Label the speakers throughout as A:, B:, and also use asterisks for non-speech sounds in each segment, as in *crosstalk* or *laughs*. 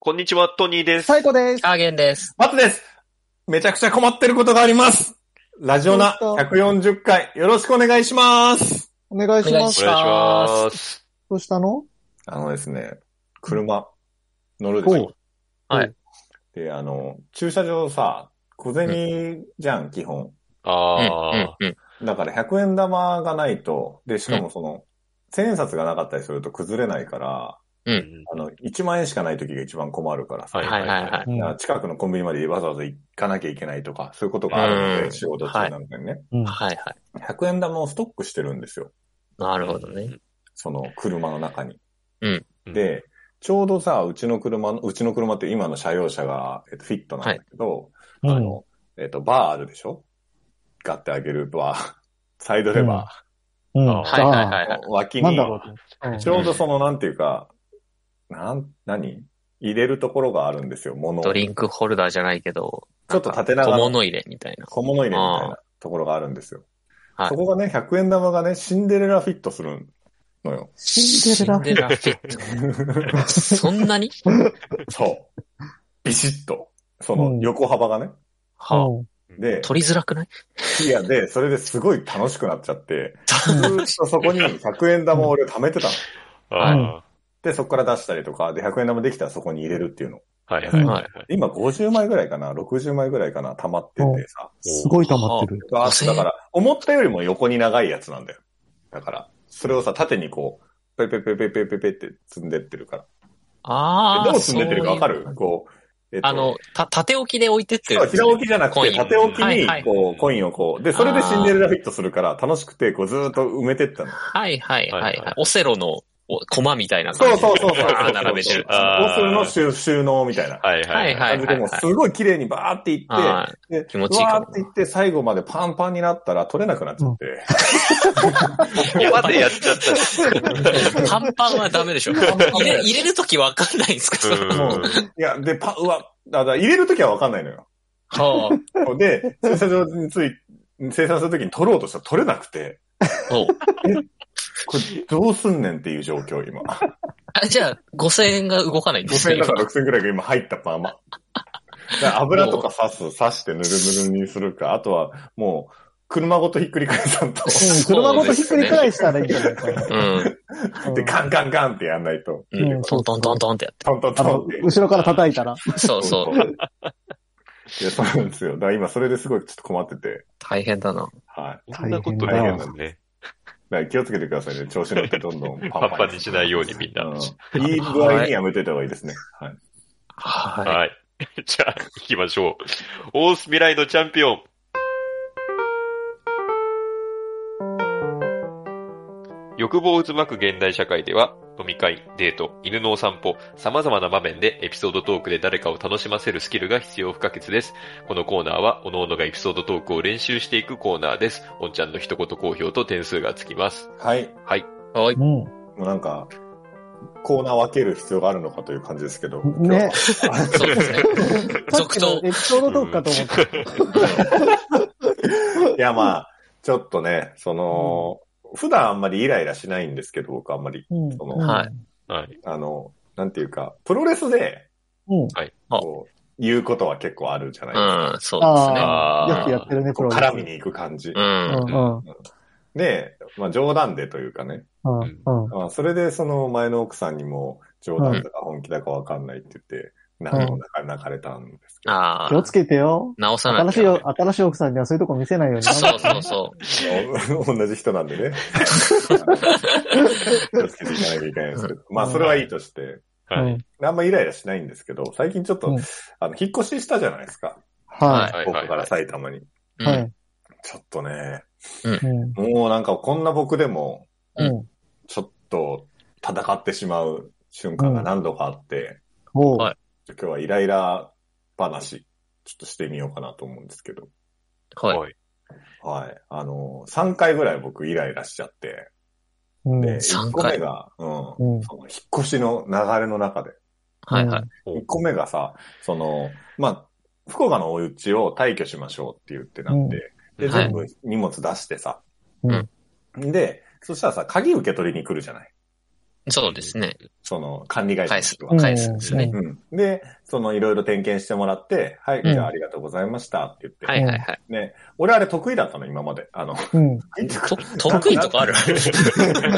A: こんにちは、トニーです。
B: 最高です。
C: アーゲンです。
D: 松です。めちゃくちゃ困ってることがあります。ラジオナ
B: 本
D: 140回、よろしくお願いします。
B: お願いし
C: お
B: ま
C: 願い
A: お
B: す。
C: し
A: 願いします。
B: どうしたの
D: あのですね、車、乗るでしょ。
A: はい。
D: で、あの、駐車場さ、小銭じゃん、基本。
A: あー、
C: うんうん
D: だから100円玉がないと、で、しかもその、千円札がなかったりすると崩れないから、
A: うん
D: あの、1万円しかない時が一番困るからさ。
A: はい
C: はいはいはい。
D: だから近くのコンビニまでわざわざ行かなきゃいけないとか、そういうことがあるので、
C: うん
D: 仕事中なんかにね、
B: うん
C: はいはい。
D: 100円玉をストックしてるんですよ。
C: なるほどね。
D: その車の中に。
C: うん
D: で、ちょうどさ、うちの車の、うちの車って今の車用車が、えっと、フィットなんだけど、あの、えっと、バーあるでしょガッて上げるバー。 *laughs* サイドレバ
B: うん。
A: あ
C: はいはいはい
D: ー
C: はい。
D: の脇
B: あーなん
D: に
B: だ、ろう
D: ちょうどその、なんていうか、なん、何入れるところがあるんですよ、物を
C: ドリンクホルダーじゃないけど、
D: ちょっと縦長の
C: 小物入れみたいな。
D: 小物入れみたい
C: あ
D: なところがあるんですよ。
C: はい
D: そこがね、100円玉がね、シンデレラフィットするの
C: *laughs*
D: よ。
B: シンデレラ
C: シンデレラフィット。そんなに
D: そう。ビシッと。その横幅がね。
C: は
B: うん
D: で、
C: 取りづらくない
D: いや、で、それですごい楽しくなっちゃって、ずーっとそこに100円玉を俺貯めてたの。
A: あ
D: で、そこから出したりとか、で、100円玉できたらそこに入れるっていうの。
A: ーはいはいはい。
D: 今50枚ぐらいかな、60枚ぐらいかな、溜まっててさ。
B: すごい溜まってる。
D: わーっと
C: 5000
D: だから、思ったよりも横に長いやつなんだよ。だから、それをさ、縦にこう、ペペペペペペペって積んでってるか
C: ああ。
D: ら。でどう積んでってるかわか
C: そう
D: る
C: いう
D: こう、えっと
C: あの、た、縦置きで置いてって
D: そう
C: る。
D: 平置きじゃなく
C: コイ
D: て、
C: ン
D: 縦置き
C: はいは
D: に、
C: い
D: こう、コインをこう、で、それでシンデレラフィットするから、楽しくて、こう、ずーっと埋めてったの。
C: はいはいはい
A: は
C: はい
A: はい
C: い。オセロのお駒みたいな感
D: そ
C: じ
D: う
C: で。
D: そうそうそう。
C: バーッ並べてる。
D: あーオスの収収納みたいな。
A: はいはい
C: は
A: はいい。
D: 感じでもうすごい綺麗にバーっていっ
C: はい。
D: て、で、
C: 気持ちいいかも
D: わーっていって最後までパンパンになったら取れなくなっちゃって。
A: までやっちゃったし。
C: パンパンはダメでしょ。入れ、入れるときわかんないんですかそれ *laughs*
A: うん
D: もういや、で、パ、うわ、だから入れるときはわかんないのよ。
C: はあ
D: で、駐車場につい、生産するときに取ろうとしたら取れなくて、
C: そう。
D: これどうすんねんっていう状況、今。
C: あ、じゃあ、5000円が動かないんです
D: 5000
C: ね
D: 円だから6000円くらいが今入ったまま。だから油とか刺す、刺してぬるぬるにするか、あとはもう、車ごとひっくり返さんと。
B: うん車ごとひっくり返したらいいんじゃないかな。
C: うん。
B: うん
D: で、カンカンカンってやんないと、
C: うん。トントントントンってやっ
D: トントン
B: あ
D: トン
B: の
D: って、。
B: 後ろから叩いたら。
C: て。そうそう。
D: う。いや、そうなんですよ。だから今それですごいちょっと困ってて。
C: 大変だな。
D: はい。
A: こんなことできるんですね。
D: だから気をつけてくださいね。調子乗ってどんどんパ
A: パンパンにしないようにみんな。
D: う
A: は。
D: んいい具合にやめてた方がいいですね。はい。
C: はい
A: *laughs* じゃあ、行きましょう。オース未来のチャンピオン。欲望を渦巻く現代社会では、飲み会、デート、犬のお散歩、様々な場面でエピソードトークで誰かを楽しませるスキルが必要不可欠です。このコーナーは、各々がエピソードトークを練習していくコーナーです。おんちゃんの一言好評と点数がつきます。
D: はい。
C: い。はい。
B: うん。
D: もうなんか、コーナー分ける必要があるのかという感じですけど。
B: ね。
C: そうですね。
B: さっきの
C: 続投
B: エピソードトークかと思った。
D: 今日は。いや、まあ、ちょっとね、その、普段あんまりイライラしないんですけど、僕あんまり、
B: うん
D: その
C: はい。
A: はい。
D: あの、なんていうか、プロレスで、
B: うん。
D: こう、言うことは結構あるじゃないですか。
C: うん、そうですね。
A: あ
B: よ
A: ー
B: くやってるね、プ
D: こ
B: ロ
D: う
B: レス。
D: 絡みに行く感じ
C: う。ん。
B: うん。
D: で、まあ冗談でというかね。
B: うん。うん。
D: まあそれでその前の奥さんにも冗談だか本気だかわかんないって言って、何も泣か泣かれたんですけど。
C: あ
B: 気を
C: あ
B: つ。けてよ。
C: 直さな
B: 新
C: き
B: し
C: ゃ。
B: いよ、新しい奥さんにはそういうとこ見せないように。
C: そうそうそ
D: 同じ人なんで
C: *laughs*
D: ね。気をつけていかなきゃいけないんですけど。まあそれはいいとして、
B: う
A: はい。
B: ん
D: あんまイライラしないんですけど、最近ちょっと、
B: うん
D: あの、引っ越ししたじゃないですか。
B: は
A: はい
D: 僕
A: はい
D: か
A: は
D: ら
A: い。
D: 埼玉に。
C: う。
B: い。
C: う
B: は
C: ん。
B: い。
D: ちょっとね、
B: うん。
D: もうなんかこんな僕でも、
B: うん。
D: ちょっと戦ってしまう瞬間が何度かあって、
B: おう。
C: はい
D: 今日はイライラ話、ちょっとしてみようかなと思うんですけど。
C: はい。 *laughs*
D: はい。あの、3回ぐらい僕イライラしちゃって。
B: うん。
D: で、1
C: 三
D: 個目
C: 回
D: が、うん。
B: うん。
D: その引っ越しの流れの中で。
C: はいはい。
D: 1個目がさ、その、まあ、福岡のお家を退去しましょうって言ってなって、で、
C: はい
D: 全部荷物出してさ。
B: うん
D: で、そしたらさ、鍵受け取りに来るじゃない。
C: そうですね。
D: その管理会社
C: 返
D: の
C: す
D: 人、は。
C: 返すんですね。
D: うん。で、そのいろいろ点検してもらって、はい、
C: うん
D: じゃあありがとうございましたって言って。
C: はいはいはい。
D: ね、俺あれ得意だったの、今まで。あの、
B: うん。
C: と、得意とかある
D: *laughs*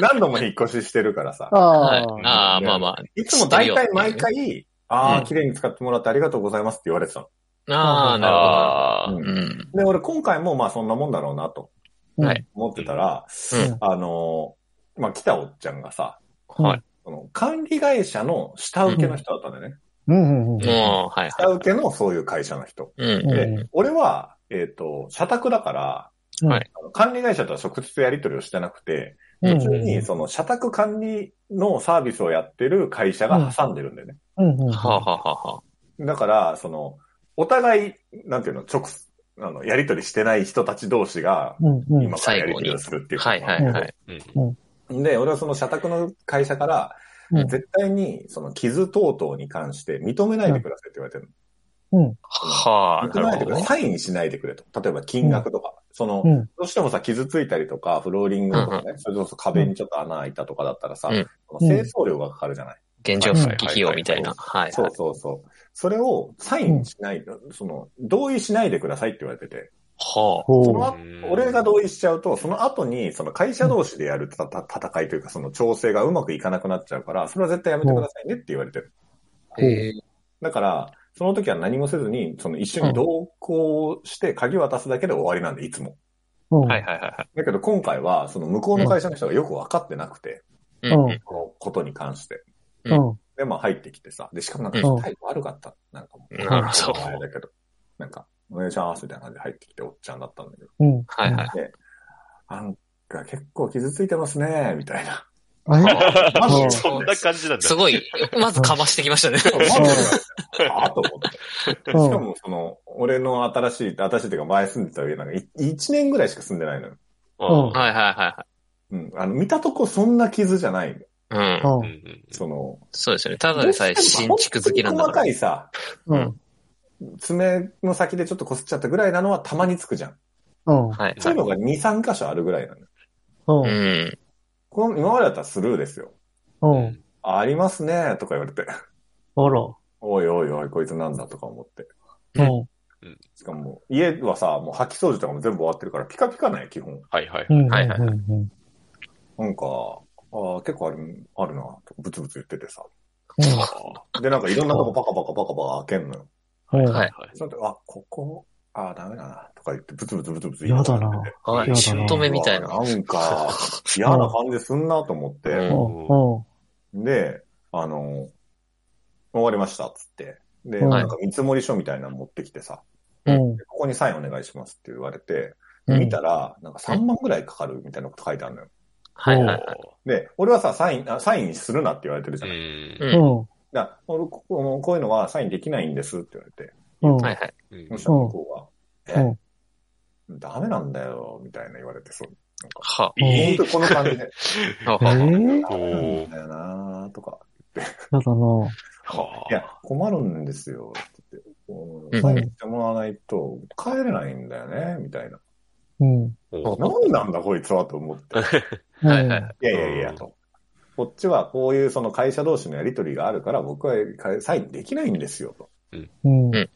D: 何度も引っ越ししてるからさ。
C: はい
B: あ。あ。
C: ああ、まあま
D: いつも大
C: 知って
D: 体
C: るよ
D: 毎回、あ
C: う
D: あ、
C: ん
D: 綺麗に使ってもらってありがとうございますって言われてたの。
C: あ。ああ、な
A: あ
D: う
A: あ、
C: るほ
D: ん
C: ど。うん。
D: で、俺今回もまあそんなもんだろうなと
C: はい。
D: 思ってたら、
C: うん
D: あのーまあ来たおっちゃんがさ、
A: はい。
D: その管理会社の下請けの人だったんだよね。
B: うんうんうん。
C: もう、はい
D: 下
C: はい。
D: 請けのそういう会社の人。
C: うん。
D: で、
B: うん
D: 俺は、えっ、と、社宅だから、
C: はい
D: あの管理会社とは直接やり取りをしてなくて、
B: う
D: 普
B: ん
D: 通にその社宅管理のサービスをやってる会社が挟んでるんだよね。
B: うんうん。
C: はあ、はあはあはあ、
D: だから、その、お互い、なんていうの、直、あの、やり取りしてない人たち同士が、
B: うんうん
D: 今。からやり取りをするっていうこと
C: は
D: ないの。
C: はいはい。
A: うん。
D: で、俺はその社宅の会社から、
B: うん
D: 絶対に、その傷等々に関して認めないでくださいって言われてる
C: はあ、な
D: の。認め
C: る
D: ない
C: ほ
D: でく
C: ど
D: ださ
C: ね。
D: い。サインしないでくれと。例えば金額とか、その、
B: うん
D: どうしてもさ、傷ついたりとか、フローリングとかね、それこそ壁にちょっと穴開いたとかだったらさ、
C: うん
D: その清掃料がかかるじゃない。
C: 現状復帰費用みたいな。はい
D: そ
C: は
D: うそうそう。それをサインしない、その、同意しないでくださいって言われてて、
C: い。は
B: ほ
D: そうの後
A: うん *laughs*
D: 俺が同意しちゃうと、その後に、その会社同士でやるたた戦いというか、その調整がうまくいかなくなっちゃうから、それは絶対やめてくださいねって言われてる。
C: あ。へえ
D: だから、その時は何もせずに、その一緒に同行して鍵渡すだけで終わりなんで、いつも。
B: うん。
C: はいはいはいはい。
D: だけど今回は、その向こうの会社の人がよく分かってなくて、
B: う
C: う
B: ん
C: ん。
D: このことに関して。
B: うん。
D: で、まあ入ってきてさ、で、しかもなんか
B: うん
D: 態度悪かった。なんかもう。
C: なるほど
D: あれだけど、なんか、お願いしますみたいな感じで入ってきておっちゃんだったんだけど、
B: うん。
C: はいはい。
D: なんか結構傷ついてますね、みたいな。
B: あれ
A: あ
B: うん
A: そんな感じなんだ。
C: すごい、まずかましてきましたね。
D: *laughs* ああと思って。し
B: うん
D: かもその、俺の新しい、新しいっていうか前住んでた家なんかい1年ぐらいしか住んでないのよ。
A: うん
C: はいはいは
D: うん。あの、見たとこそんな傷じゃないの。
C: いはい。うん。
B: う。
A: うんん
D: その、
C: そうですよね。ただでさえ新築好きなんだ
D: 細
C: から
D: か。いさ、
B: うん。
D: 爪の先でちょっと擦っちゃったぐらいなのはたまにつくじゃん。
B: うん。
C: はい
D: そう
C: はいいう
D: のが2、3箇所あるぐらいなのよ。
B: うん。うん。
C: うん。
D: この、今までだったらスルーですよ。
B: う
A: うん
B: ん。
D: ありますね、とか言われて。 *laughs*
B: あら。
D: おいおいおい、こいつなんだとか思って。
B: うん。
D: しかも、家はさ、もう掃き掃除とかも全部終わってるから、ピカピカない、基本。
A: はいはい。
B: うん。
C: はいはい
B: うん。うん
D: なんか、ああ、結構ある、あるな、とブツブツ言っててさ。
B: うん
D: で、なんかいろんなとこパカパカパカパカ開けんのよ。
B: は。
C: はいい。
A: はい
D: それで、あ、ここ、ああ、ダメだな、とか言って、ブツブツブツブツ言
B: や
D: い
B: だ
D: がら
B: な。
C: は。
B: やだない
C: シュート目みたいな。
D: うわなんか、嫌な感じすんなと思っ
B: う
D: て、
B: ん。うん。
D: で、あの、終わりました、つって。で、
B: はい
D: なんか見積書みたいなの持ってきてさ、
B: うん。
D: でここにサインお願いしますって言われて、
B: うん
D: 見たら、なんか3万ぐらいかかるみたいなこと書いてあるのよ。
C: はいはい。
D: で、俺はさ、サイン、あサインするなって言われてるじゃ。
A: うん
D: だ
A: ん
B: う
C: う。
B: んん。
D: から俺ここのこういうのはサインできないんですって言われて、
B: うん。
C: はいはい。
A: うん
D: そしたら向こうが、
B: うん
D: え、ダメなんだよ、みたいな言われて、そう。
C: は
B: うん
D: 本当にこの感じで、
C: あ。は
B: え
C: あはあ
B: ぇ
D: ダ
A: おー
D: メなんだよなーとか。
B: やだな。
A: はい
D: や、困るんですよ、って言って。
C: うん
D: サインしてもらわないと帰れないんだよね、みたいな。
B: うん。
A: おー
D: なんなんだこいつはと思って。
C: はいはいはい
D: いやいやいや、と。こっちはこういうその会社同士のやりとりがあるから僕はかサインできないんですよ、と。
B: うん。
C: うん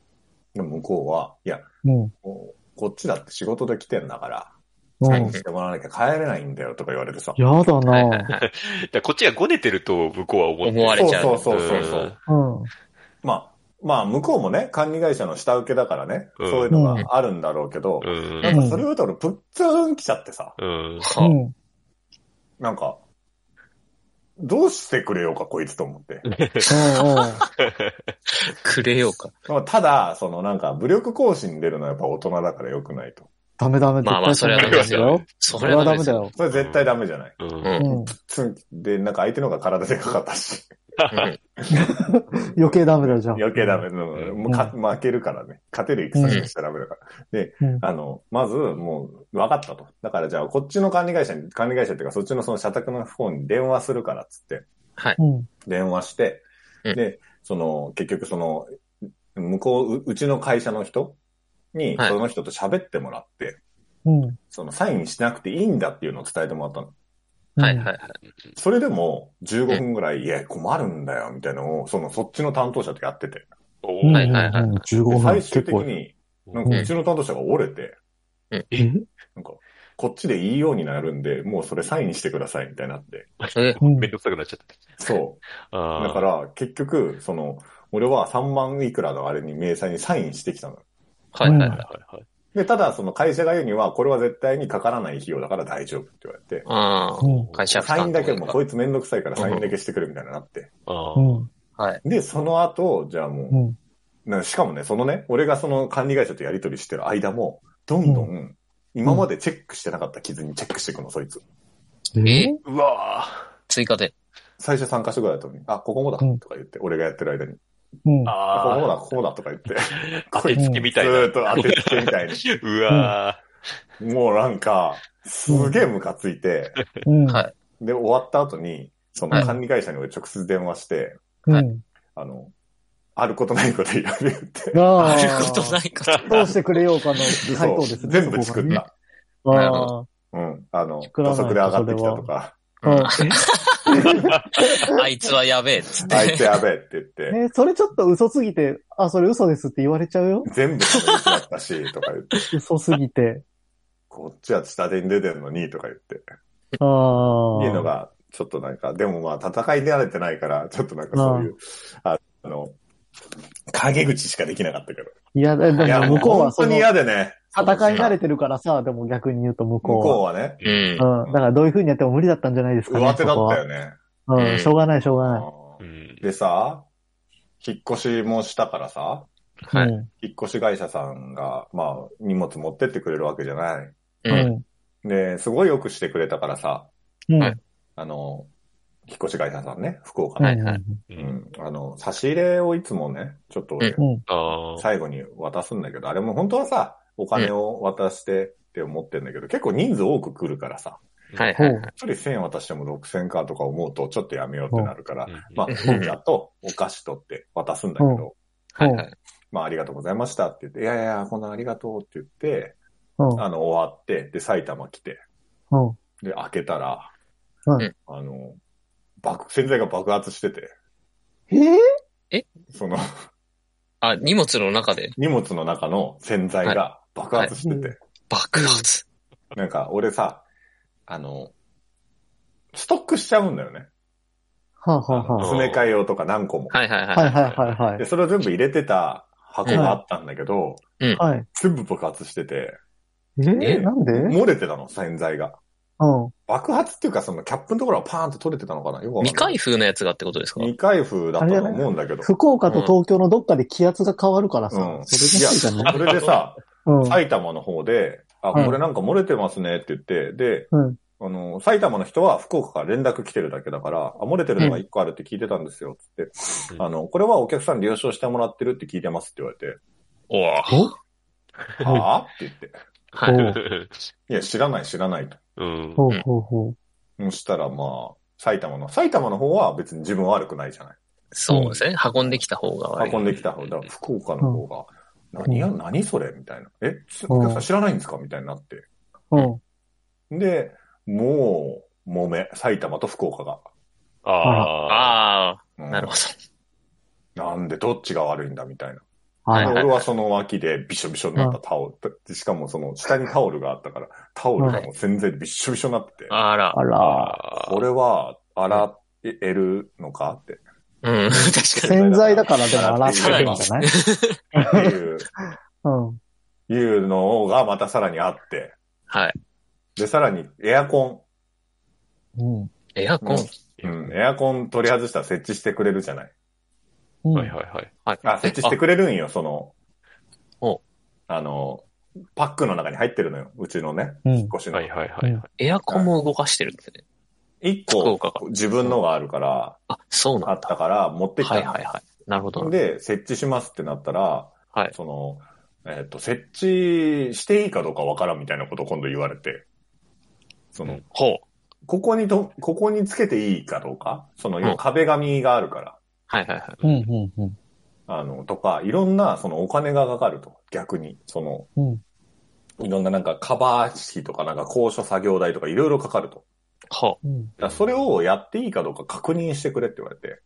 D: でも向こうは、いや、
B: うん。
D: もうこっちだって仕事で来てんだから、
B: う
D: サイン
B: ん。
D: してもらわなきゃ帰れないんだよとか言われてさ。
B: やだ
C: はいは。
B: ない
C: はい。
A: だからこっちがごねてると向こうは思って
C: 思われちゃう
D: そうそうそうそう。
A: うん
B: うん。
D: まあ、まあ、向こうもね、管理会社の下請けだからね、
A: うん
D: そういうのがあるんだろうけど、
A: うん
D: なんかそれを言うと俺、ぷっつん来ちゃってさ、
A: うん。
B: う
C: *laughs* は
B: ん。
D: なんか、どうしてくれようか、こいつと思って。
C: あ。くれようか。
D: まあただ、そのなんか、武力行使に出るのはやっぱ大人だから良くないと。
B: ダメダメ。
C: まあまあ、それはダメですよ。。そ
B: そ
C: れ
B: れ
C: は
B: は
C: ダ
B: ダメ
C: メです
B: だ
C: よ。
B: よ。
D: それ絶対ダメじゃない。
A: う。
C: うん。
B: うんん。
D: つんで、なんか相手の方が体でかかったし、
C: うん
B: 余計ダメだよ、じゃあ。
D: *laughs* 余計ダメ。もうか負けるからね。勝てる戦しかしちゃダメだから。で
B: うん、
D: あの、まず、もう、分かったと。だからじゃあ、こっちの管理会社に、管理会社っていうか、そっちのその社宅の方に電話するからっつって、
B: うん。
D: 電話して、
C: うん
D: で、その、結局その、向こう、ううちの会社の人に、
C: はい
D: その人と喋ってもらって、
B: うん。
D: そのサインしなくていいんだっていうのを伝えてもらったの。
C: はいはいはい。
D: それでも15分ぐらい、いや、困るんだよ、みたいなのを、その、そっちの担当者とやってて。
A: お
B: う
A: ー
B: ん。
C: はいはいはい
B: うんうん15
D: で
B: 分
D: 最終
B: 結
D: 的
B: 構。
D: に、なんかうちの担当者が折れて、
B: え
D: なんか、こっちでいいようになるんで、もうそれサインしてください、みたいになって。
C: え、
B: うん
A: めんどくさくなっちゃった。
D: そう。
A: あー
D: だから、結局、その、俺は3万いくらのあれに明細にサインしてきたの。
C: はいはいは
A: はい
C: い。
A: はいはい。
D: で、ただ、その会社が言うには、これは絶対にかからない費用だから大丈夫って言われて、
C: あ
B: う
C: あ、
B: ん
C: 会社負
D: サイ
C: 担
D: ン
C: と
D: だ
C: か
D: け、もうこいつめんどくさいからサインだけしてくれみたいになって。
A: あ
B: う
A: ー
B: ん。
C: はい。
D: で、その後、じゃあ
B: う
D: も
B: ん。
D: う、なしかもね、そのね、俺がその管理会社とやり取りしてる間も、どんどん、今までチェックしてなかった傷にチェックしていくの、そいつ。
C: え
A: うわぁ。
C: 追加で。
D: 最初3箇所ぐらいだったのに、あ、ここもだ、
B: うん
D: とか言って、俺がやってる間に、
B: うん。
D: あ、ここも
A: あ
D: だ、ここもだ、とか言って、
A: ー当てつけ *laughs* み
D: ず
A: たいな。
D: ーっと当てつけみたいに。
A: うわ
D: もうなんか、すげえムカつ
A: *laughs*
D: いて、
B: うん。
C: はい
D: で、終わった後に、その管理会社に俺直接電話して、
B: うん。
D: あの、あることないこと言われるって。
B: あ
C: あ
B: あ。
C: ることないかと。
B: どうしてくれようかの回答です
D: そう
B: ね。
D: 全部チクった。
B: そこがね。
C: なるほ
B: ああ。
D: うん。あの、
B: くらな
D: 土
B: い
D: 足で上がってきたとか、
B: うん
C: あいつはやべえっつって。
D: あいつやべえって言
B: *laughs*
D: って、
B: え、それちょっと嘘すぎて、あ、それ嘘ですって言われちゃうよ。
D: 全部そのだったし、とか言って、
B: 嘘すぎて。
D: こっちは下手に出てんのに、とか言って。
B: ああ。
D: いうの。が、ちょっとなんか、でもまあ、戦いで慣れてないから、ちょっとなんかそういう、あの、陰口しかできなかったけど。
B: いや、で
D: いや、
B: も向こうはそ
D: 本
B: の
D: 当に、嫌でね。
B: 戦い慣れてるからさ、でも逆に言うと向
D: 向こう
B: こ
D: はね、
C: う。
B: うんは。うん。だからどういう風にやっても無理だったんじゃないですかね。
D: 上手だ
B: そこ
D: っ
B: は
D: たよね。
B: うん。しょうがない、しょうがな。
A: ぁ。うん
D: でさ、引っ越しもしたからさ、
C: はいい。
D: 引っ越し会社さんが、まあ、荷物持ってってくれるわけじゃない。
B: うん。
C: うん。
D: で、すごいよくしてくれたからさ、
B: うん。
C: はい
D: あの、引っ越し会社さんね、福岡
B: うん。
D: の。
C: はいはい
A: うん
D: うん。あの、差し入れをいつもね、ちょっと俺
C: うん
B: うん。
A: あー
D: 最後に渡すんだけど、あれも本当はさ、お金を渡してって思ってんだけど、結構人数多く来るからさ、
C: はい
B: ほ
C: はいは
B: う
C: い。
D: 一人1000円渡しても6000かとか思うと、ちょっとやめようってなるから、
A: うん
D: まあ、お茶とお菓子とって渡すんだけど、
C: はいはい。
D: まあ、ありがとうございましたって言って、いやいや、こんなんありがとうって言って、
B: うん。
D: あの、終わって、で、埼玉来て、
B: うん。
D: で、開けたら、
B: うん
D: あの、爆、洗剤が爆発してて、
B: えぇ
D: その、
C: あ、荷物の中で
D: 荷物の中の洗剤が爆発してて、
B: はいは
C: 爆発。
D: なんか、俺さ、あの、ストックしちゃうんだよね。
B: はあはあは
A: うん
D: 詰め替え用とか何個も。
C: はいはい
B: あ。は
C: はい
B: はいはいは
D: で、
B: い。
D: それを全部入れてた箱があったんだけど、
B: はい。
D: 全部爆発してて、
B: えなんでうん。
D: 漏れてたの、洗剤が。爆発っていうか、そのキャップのところはパーンって取れてたのかなよ
C: い。
D: くわかんない
C: 未開封のやつがってことですか
D: 未開封だったと思うんだけど。
B: 福岡と東京のどっかで気圧が変わるから
D: う
B: さ。
D: ん。
B: それ
D: い
B: が
D: や、
B: そうじゃない
D: それでさ、
B: うん。
D: 埼玉の方で、あ、
B: うん
D: これなんか漏れてますねって言って、で、
B: うん
D: あの、埼玉の人は福岡から連絡来てるだけだから、あ、漏れてるのが1個あるって聞いてたんですよ、つって、
A: うん
D: あの、これはお客さん了承してもらってるって聞いてますって言われて、
C: おおは
B: ん
D: はぁって言って、
B: お
C: い。
B: う
D: いや、知らない知らないと。
A: うん。
B: ほうほうほう。
D: そしたらまあ、埼玉の、埼玉の方は別に自分は悪くないじゃない。
C: そうですね。運んできた方が悪い。
D: 運んできた方、だから福岡の方が、何や、何それみたいな。え、つお客さん知らないんですかみたいになって。
B: うん。
D: で、もう、揉め、埼玉と福岡が。
A: ああ。
C: あ
D: う
C: あ、
D: ん
C: なるほど。
D: なんでどっちが悪いんだみたいな。
B: は
C: はいい
D: で
C: はい
D: 俺はその脇でびしょびしょになったタオル、しかもその下にタオルがあったから、タオルがもう全然びっしょびしょになってて、
C: あら。
B: あら。
A: あー
D: 俺は洗えるのかって
C: うん、 *laughs* 確かに。
B: 洗剤だからでも洗ってるんじゃない
D: っていう、
B: うん。
D: いうのがまたさらにあって、
C: はい。
D: で、さらにエアコ
B: うん。
C: エア
D: ン。
C: コン。
D: うん、エアコン取り外したら設置してくれるじゃない。
B: うん
A: はいはいはい。
C: はい。
D: あ、設置してくれるんよ、その、
C: お
D: あの、パックの中に入ってるのよ、うちのね、
B: うん
D: 引っ越しの
A: はい。はいはい。
C: エアコンも動かしてるんですね。
D: 一
C: 福
D: 個
C: 岡が、
D: 自分のがあるから、
C: あ、そうなん
D: あ
C: だ
D: っ。たから、持ってきた
C: はい
D: の
C: はいはい。なるほど。
D: で、設置しますってなったら、
C: はい。
D: その、えっ、と、設置していいかどうかわからんみたいなことを今度言われて、その、
C: ほう。
D: ここにと、ここにつけていいかどうか、その、
C: ん
D: 要は壁紙があるから、
C: はいはいはい。
B: うん、うん、うん。
D: あの、とか、いろんな、その、お金がかかると、逆に、その、
B: うん
D: いろんななんか、カバー費とか、なんか、高所作業代とか、いろいろかかると。
C: は
B: うん。
D: だからそれをやっていいかどうか確認してくれって言われて、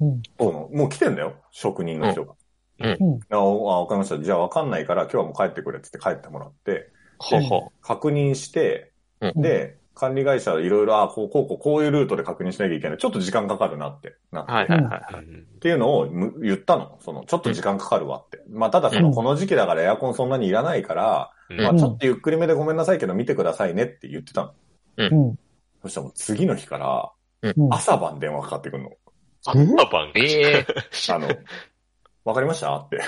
B: うん。
D: もうもう来てんだよ、職人の人が。
C: うん
B: うん
D: あ、あわかりました。じゃあわかんないから今日はもう帰ってくれって言って帰ってもらって、
C: あ、は
D: 確認して、
B: うん
D: で、管理会社いろいろ、あ、こう、こう、こう、こういうルートで確認しなきゃいけない。ちょっと時間かかるなって、なっ
C: あ、
D: て。
C: はいはいはい。
D: っていうのをむ言ったの。その、ちょっと時間かかるわって。まあ、ただその、
B: うん
D: この時期だからエアコンそんなにいらないから、
A: うん
D: まあ、ちょっとゆっくりめでごめんなさいけど見てくださいねって言ってたの。
B: うん。
D: そしたらもう次の日から、
B: うん。
D: 朝晩電話かかってくるの。
A: 朝晩
C: ええ
D: あ *laughs* の、わかりましたって。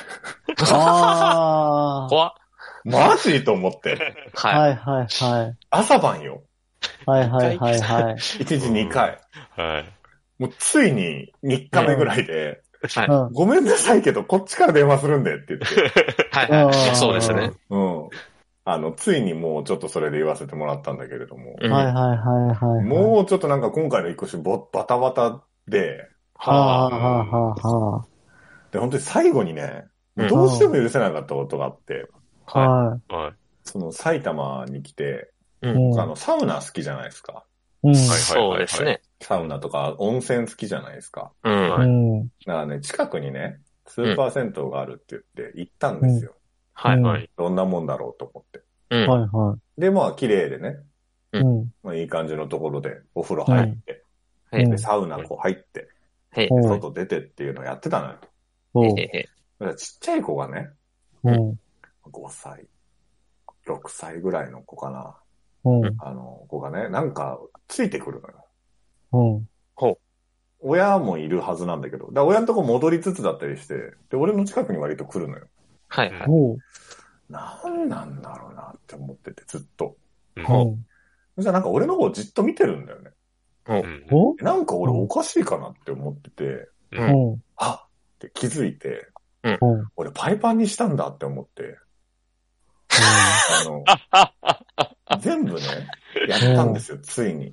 B: あ
C: 怖っ。
D: *laughs* マジと思って。
B: あ。
C: は。
B: はいいはいはい。
D: 朝晩よ。
B: はいはいはいはい。
D: 1日2回。
A: はい。
D: もうついに3日目ぐらいで、
C: はい。
B: うん。
D: ごめんなさいけど、こっちから電話するんでって言って。
C: はい
B: あ
C: は
B: ー
C: い。
B: *laughs*
C: まあそうですね。
D: うん。あの、ついにもうちょっとそれで言わせてもらったんだけれども。
C: うん
B: はいはいはいはい。
D: もうちょっとなんか今回の一個しババタバタで、
B: はあ、はあはあは
D: で、本当に最後にね、
C: うん
D: どうしても許せなかったことがあって、
B: あ。
A: は。
B: はい
A: はい。
D: その埼玉に来て、
C: う。
B: い。うんん
D: あの、サウナ好きじゃないですか。
B: うん。
C: そうですね。
D: サウナとか温泉好きじゃないですか。
C: うん。
B: う
C: はい
B: ん。
D: だからね、近くにね、スーパー銭湯があるって言って行ったんですよ。
C: はい。
A: はい。
D: どんなもんだろうと思って。
C: うん。
B: はいは
D: で、まあ、綺麗でね、
B: い。うん。
D: まあ、いい感じのところでお風呂入って、
C: はいう
D: で
B: ん
D: サウナこう入って、
C: はい。
B: うん
D: 外出てっていうのをやってたのよ。だか
B: そう。
C: ええ
D: らちっちゃい子がね、
B: うん。
D: 5歳、6歳ぐらいの子かな。
B: うん。
D: あの、子がね、なんか、ついてくるのよ。
B: うん。
D: 親もいるはずなんだけど、だから親のとこ戻りつつだったりして、で、俺の近くに割と来るのよ。
C: はいはい。
B: おう。
D: なんなんだろうなって思ってて、ずっと。
A: うん
B: うん。
D: そしたらなんか俺の方じっと見てるんだよね。
A: うん
B: お
D: なんか俺おかしいかなって思ってて、
B: うん。うん。
D: あって気づいて、
B: うん。
D: 俺パイパンにしたんだって思って、あ
C: *laughs*
D: の、全部ね、やったんですよ、ついに。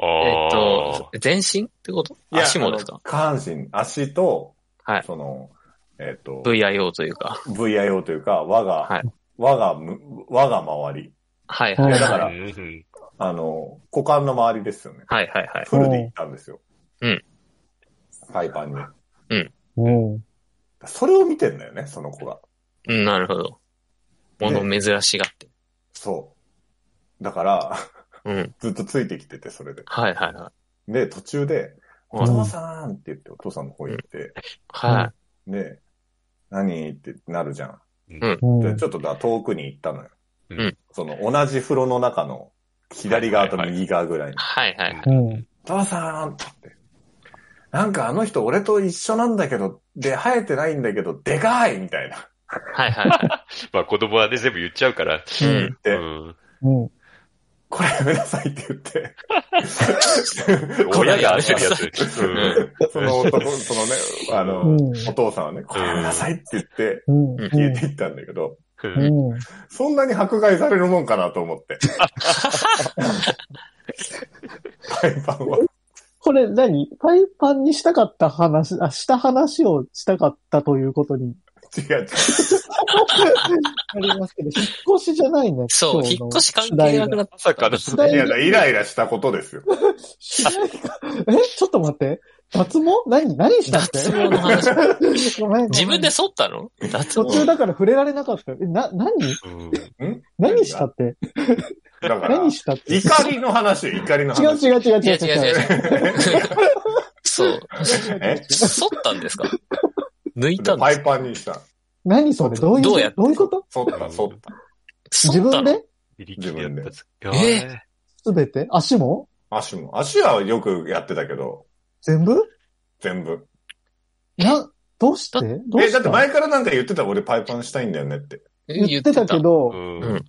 A: あ
C: えっ
A: あ。
C: と、全身ってこと
D: いや
C: 足もです
D: あの
C: か
D: 下半身、足と、
C: はい
D: その、えっ、と、
C: ?VIO というか。
D: VIO というか、我が、
C: はい
D: 我がむ、我が周り。
C: はい
B: うん
C: はいい
D: やだ
C: は
D: か
C: い。
D: ら
A: うん
D: あの、股間の周りですよね。
C: はいはいはい。
D: フルで行ったんですよ。
C: うん。
D: パイパンに。
B: うん。
D: それを見てんだよね、その子が。
C: うん、なるほど。もの珍しがって。
D: そう。だから、
C: うん。
D: ずっとついてきてて、それで。
C: はいはいはい。
D: で、途中で、
C: うん
D: お父さんって言って、お父さんの方行って、
C: は
D: で、何ってなるじゃん。
B: うん。
D: で、ちょっとだ遠くに行ったのよ。
A: うん
D: その、同じ風呂の中の、左側と右側ぐらいに
C: い。。はいはいはい。
B: うん。
D: 父さんって言って。なんかあの人俺と一緒なんだけど、で、生えてないんだけど、でかいみたいな。
C: はいはいは
A: まあ子供はね、全部言っちゃうから。
C: い。 *laughs* うん。
D: で、
A: うん。
B: うん。
D: これやめなさいって言って。
A: 親が焦るやつ。うん。
D: その男、そのね、あの、
B: うん。
D: お父さんはね、これやめなさいって言って、
B: うん。
D: 消えていったんだけど、
A: うん
B: うん。
D: そんなに迫害されるもんかなと思って。パイパンは。
B: これ何パイパンにしたかった話、あ、した話をしたかったということに
D: 違う違う。
B: *laughs* なりますけど、引っ越しじゃないね。
C: そう、引っ越し関係なくなっ
A: まさかの、
B: 今
D: い
B: 日の主
D: や、
B: 題が。
D: イライラしたことですよ。
B: 主題がえ、ちょっと待って。脱毛何何したって
C: 脱毛の話
B: *laughs* ごめんごめん
C: 自分で剃ったの脱
B: 途
C: 毛
B: 中だから触れられなかったよ。え、な、何
A: うん
D: ん
B: 何したって
D: だから、
B: 何したって違
D: 怒りの話よ、怒りの
B: う
D: 話。
B: 違う違う違う
C: い
B: 違う
C: や違う違う
B: 違う。
C: 違う。 *laughs* そう。
D: え
C: 剃ったんですか抜いたん
D: パ
C: です
D: イ
C: か
D: パンにした。
B: 何それどういう
C: どうやって
B: どういうこと
D: そった、そった。
B: 自
C: 剃った
B: 分
C: の
B: で
A: 自力でやったんですけど。
C: 分で
A: いやー
B: すべて足も
D: 足も。足はよくやってたけど、
B: 全部
D: 全部。
B: な、どうして
C: だ
B: どう
D: え、
B: し
D: だ
B: た
D: って前からなんか言ってた俺パイパンしたいんだよねって。
B: 言ってたけ。
A: う
B: ど、
A: ん。
C: うん。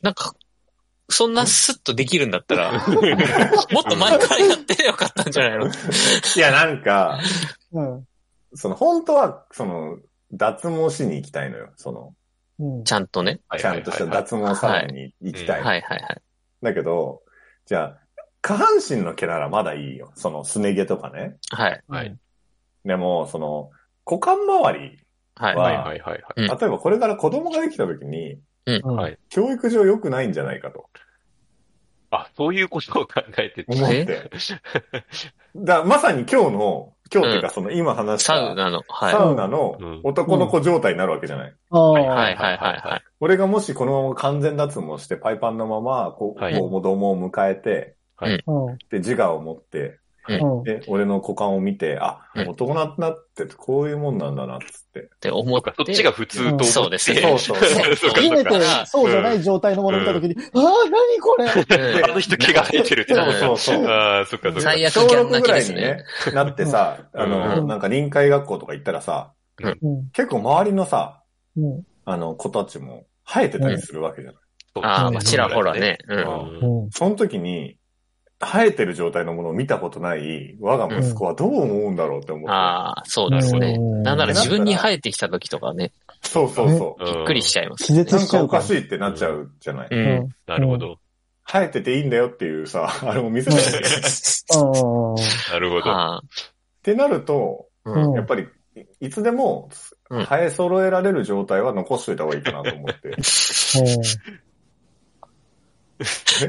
C: なんか、そんなスッとできるんだった *laughs* ら、もっと前からやってりゃよかったんじゃないの
D: いや、なんか、
B: うん。
D: その、本当は、その、脱毛しに行きたいのよ。その、
B: うん
C: *laughs* ち。ゃんとね。
A: はい
D: ちゃんとした脱毛サロンに行きた。
C: はいいはいはい。
D: だけど、じゃあ、下半身の毛ならまだいいよ。その、すね毛とかね。
C: はい。
A: はい。
D: でも、その、股間周り、
C: はい。
A: はいはいはいは
C: うん
D: 例えばこれから子供ができた時に、
B: うん。
A: はい
D: 教育上良くないんじゃないかと。
A: あ、そういうことを考えてて
D: 思って。 *laughs* だまさに今日の、今日っていうかその今話した、
C: サウナの、はい。
D: サウナの
A: うん
D: 男の子状態になるわけじゃない。
B: ああ、
A: はい
C: はいはいはいはい。
D: 俺がもしこのまま完全脱毛して、パイパンのまま、こう、
A: はい
D: こう子供を迎えて、
B: うん、
D: で、自我を持って、
B: うん。
D: で、俺の股間を見て、あ、
C: うん
D: 男ななってこういうもんなんだな、つって。
C: って思っ
A: そ
C: て。
A: っちが普通と思って。
C: そうですね
D: そうそうそ
A: *laughs*
D: う
A: そうか
B: 初めてそうじゃない状態のものを見たときに、ああ、何これ
C: うん
A: あの人毛が生えてるってなる
D: そうそう
A: *laughs*
D: そう
A: ああ、そっかそっか。
C: 最悪
D: 小
C: ギャン
D: 6
C: 泣
D: ぐ
C: き
D: ら
C: で
D: い
C: す
D: に
C: ね
D: ね。、なってさ、あの、
B: うん
D: なんか臨海学校とか行ったらさ、
B: うん、
D: 結構周りのさ、
B: うん、
D: あの、子たちも生えてたりするわけじゃない。
C: ああ、まあ、ちらほら
A: ね。
C: ね。うん。
B: う
A: うん
B: ん。
D: その時に、生えてる状態のものを見たことない我が息子はどう思うんだろうって思って。
C: ああ、そうですね。
B: うん
C: なんなら自分に生えてきた時とかね、
D: そうそうそ
C: びっくりしちゃいます、
B: 気
C: ね。
D: う。
B: 絶
D: なん
B: しちゃ
D: かお
B: うか。
D: からしいってなっちゃうじゃない。
B: う
C: う。
B: んん。
A: なるほど。
D: 生えてていいんだよっていうさ、あれを見せないで。っ
B: あ
A: なるほど。
C: あ
D: てなると、
C: あ、
B: う
C: うんん。
D: やっぱり、いつでも
C: うん
D: 生え揃えられる状態は残しといた方がいいかなと思っ
B: あ、う
D: て。
B: ん。
C: *laughs*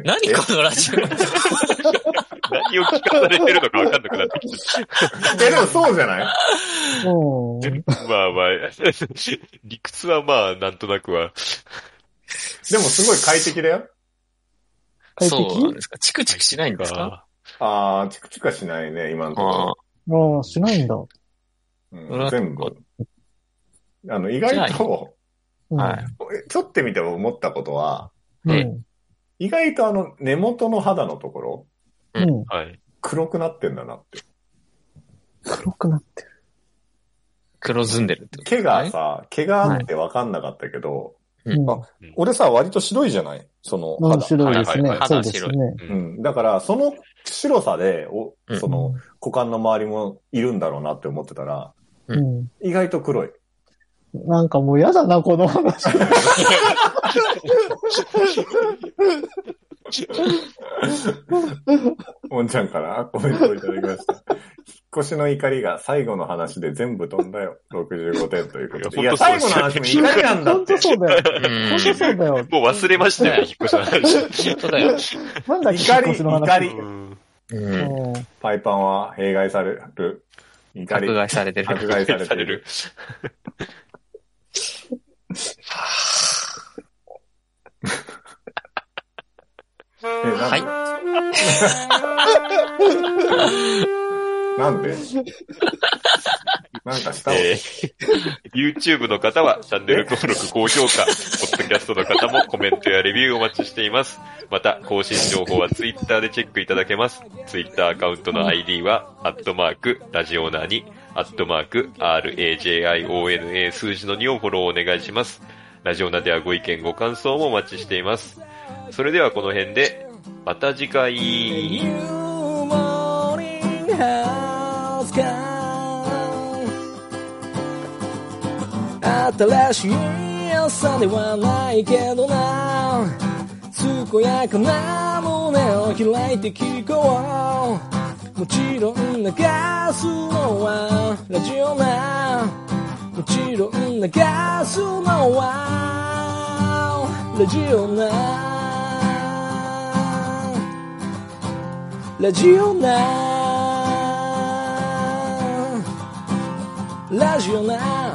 C: 何このラジオ。
A: 何を聞かされてるのかわかんなくなってきた。
D: え、でもそうじゃない
B: うん。
A: まあまあ、理屈はまあ、なんとなくは。
D: でもすごい快適だよ。
B: 快
C: そうなん
B: 適
C: ですか。チクチクしないんですか
D: あー、チクチクはしないね、今のと
C: ああ
D: こ
B: ああ、しないんだ。
D: ろ。
C: それ
D: うん、
C: は
D: 全部。あの、意外と、
B: うん
C: はい。
D: えちょってみて思ったことは、
B: う
C: ね
B: ん。
D: 意外とあの、根元の肌のところ、
B: うん。
A: はい。
D: 黒くなってんだなって。
B: 黒くなってる。
C: 黒ずんでるってこと
D: 毛がさ、毛があってわかんなかったけど、
B: うん。
D: あ俺さ、割と白いじゃないその
B: うん、
D: 肌。
B: 白いです
A: は
B: ね
A: いは。
C: い
B: そ
C: は
B: う
C: い
B: ですね。
A: う。
D: うんん。だから、その白さで、お
C: うん
D: その、股間の周りもいるんだろうなって思ってたら、
B: うん。
D: 意外と黒い。
B: なんかもう嫌だな、この話。
D: もんちゃんからコメントをいただきました。 *laughs* 引っ越しの怒りが最後の話で全部飛ん
A: *laughs*
D: だよ。65点ということで。い
A: いや
D: や、
A: 本
D: 最
A: 当そ
D: 後
A: う
D: の話も怒りなんだっ
B: 本
D: て
B: 当。そうだよ。
C: うん
B: 本当そうだよ。
A: もう忘れましたよ、引っ越しの話。
C: 本当だよ。
B: なんだっけ、
D: 怒
B: 引
D: り
B: っ越しの話
D: 怒り
A: うん
C: うん。
B: うん
D: パイパンは弊害される。怒り
C: 迫。害されてる。
D: 迫害され
A: さ
D: て
A: れ
D: る
A: *laughs* る。。
D: えなん
A: *laughs*
D: でなんでなんかしたの、
A: えー YouTube の方はチャンネル登録、高評価、ポッドキャストの方もコメントやレビューお待ちしています。また、更新情報は Twitter でチェックいただけます。Twitter アカウントの ID は、アットマーク、ラジオナーに、アットマーク、RAJIONA 数字の2をフォローお願いします。ラジオナではご意見、ご感想もお待ちしています。それではこの辺で、また次回。
E: 新しい朝ではないけどな健やかな胸を開いて聞こうもちろん流すのはラジオなもちろん流すのはラジオなラジオなラジオな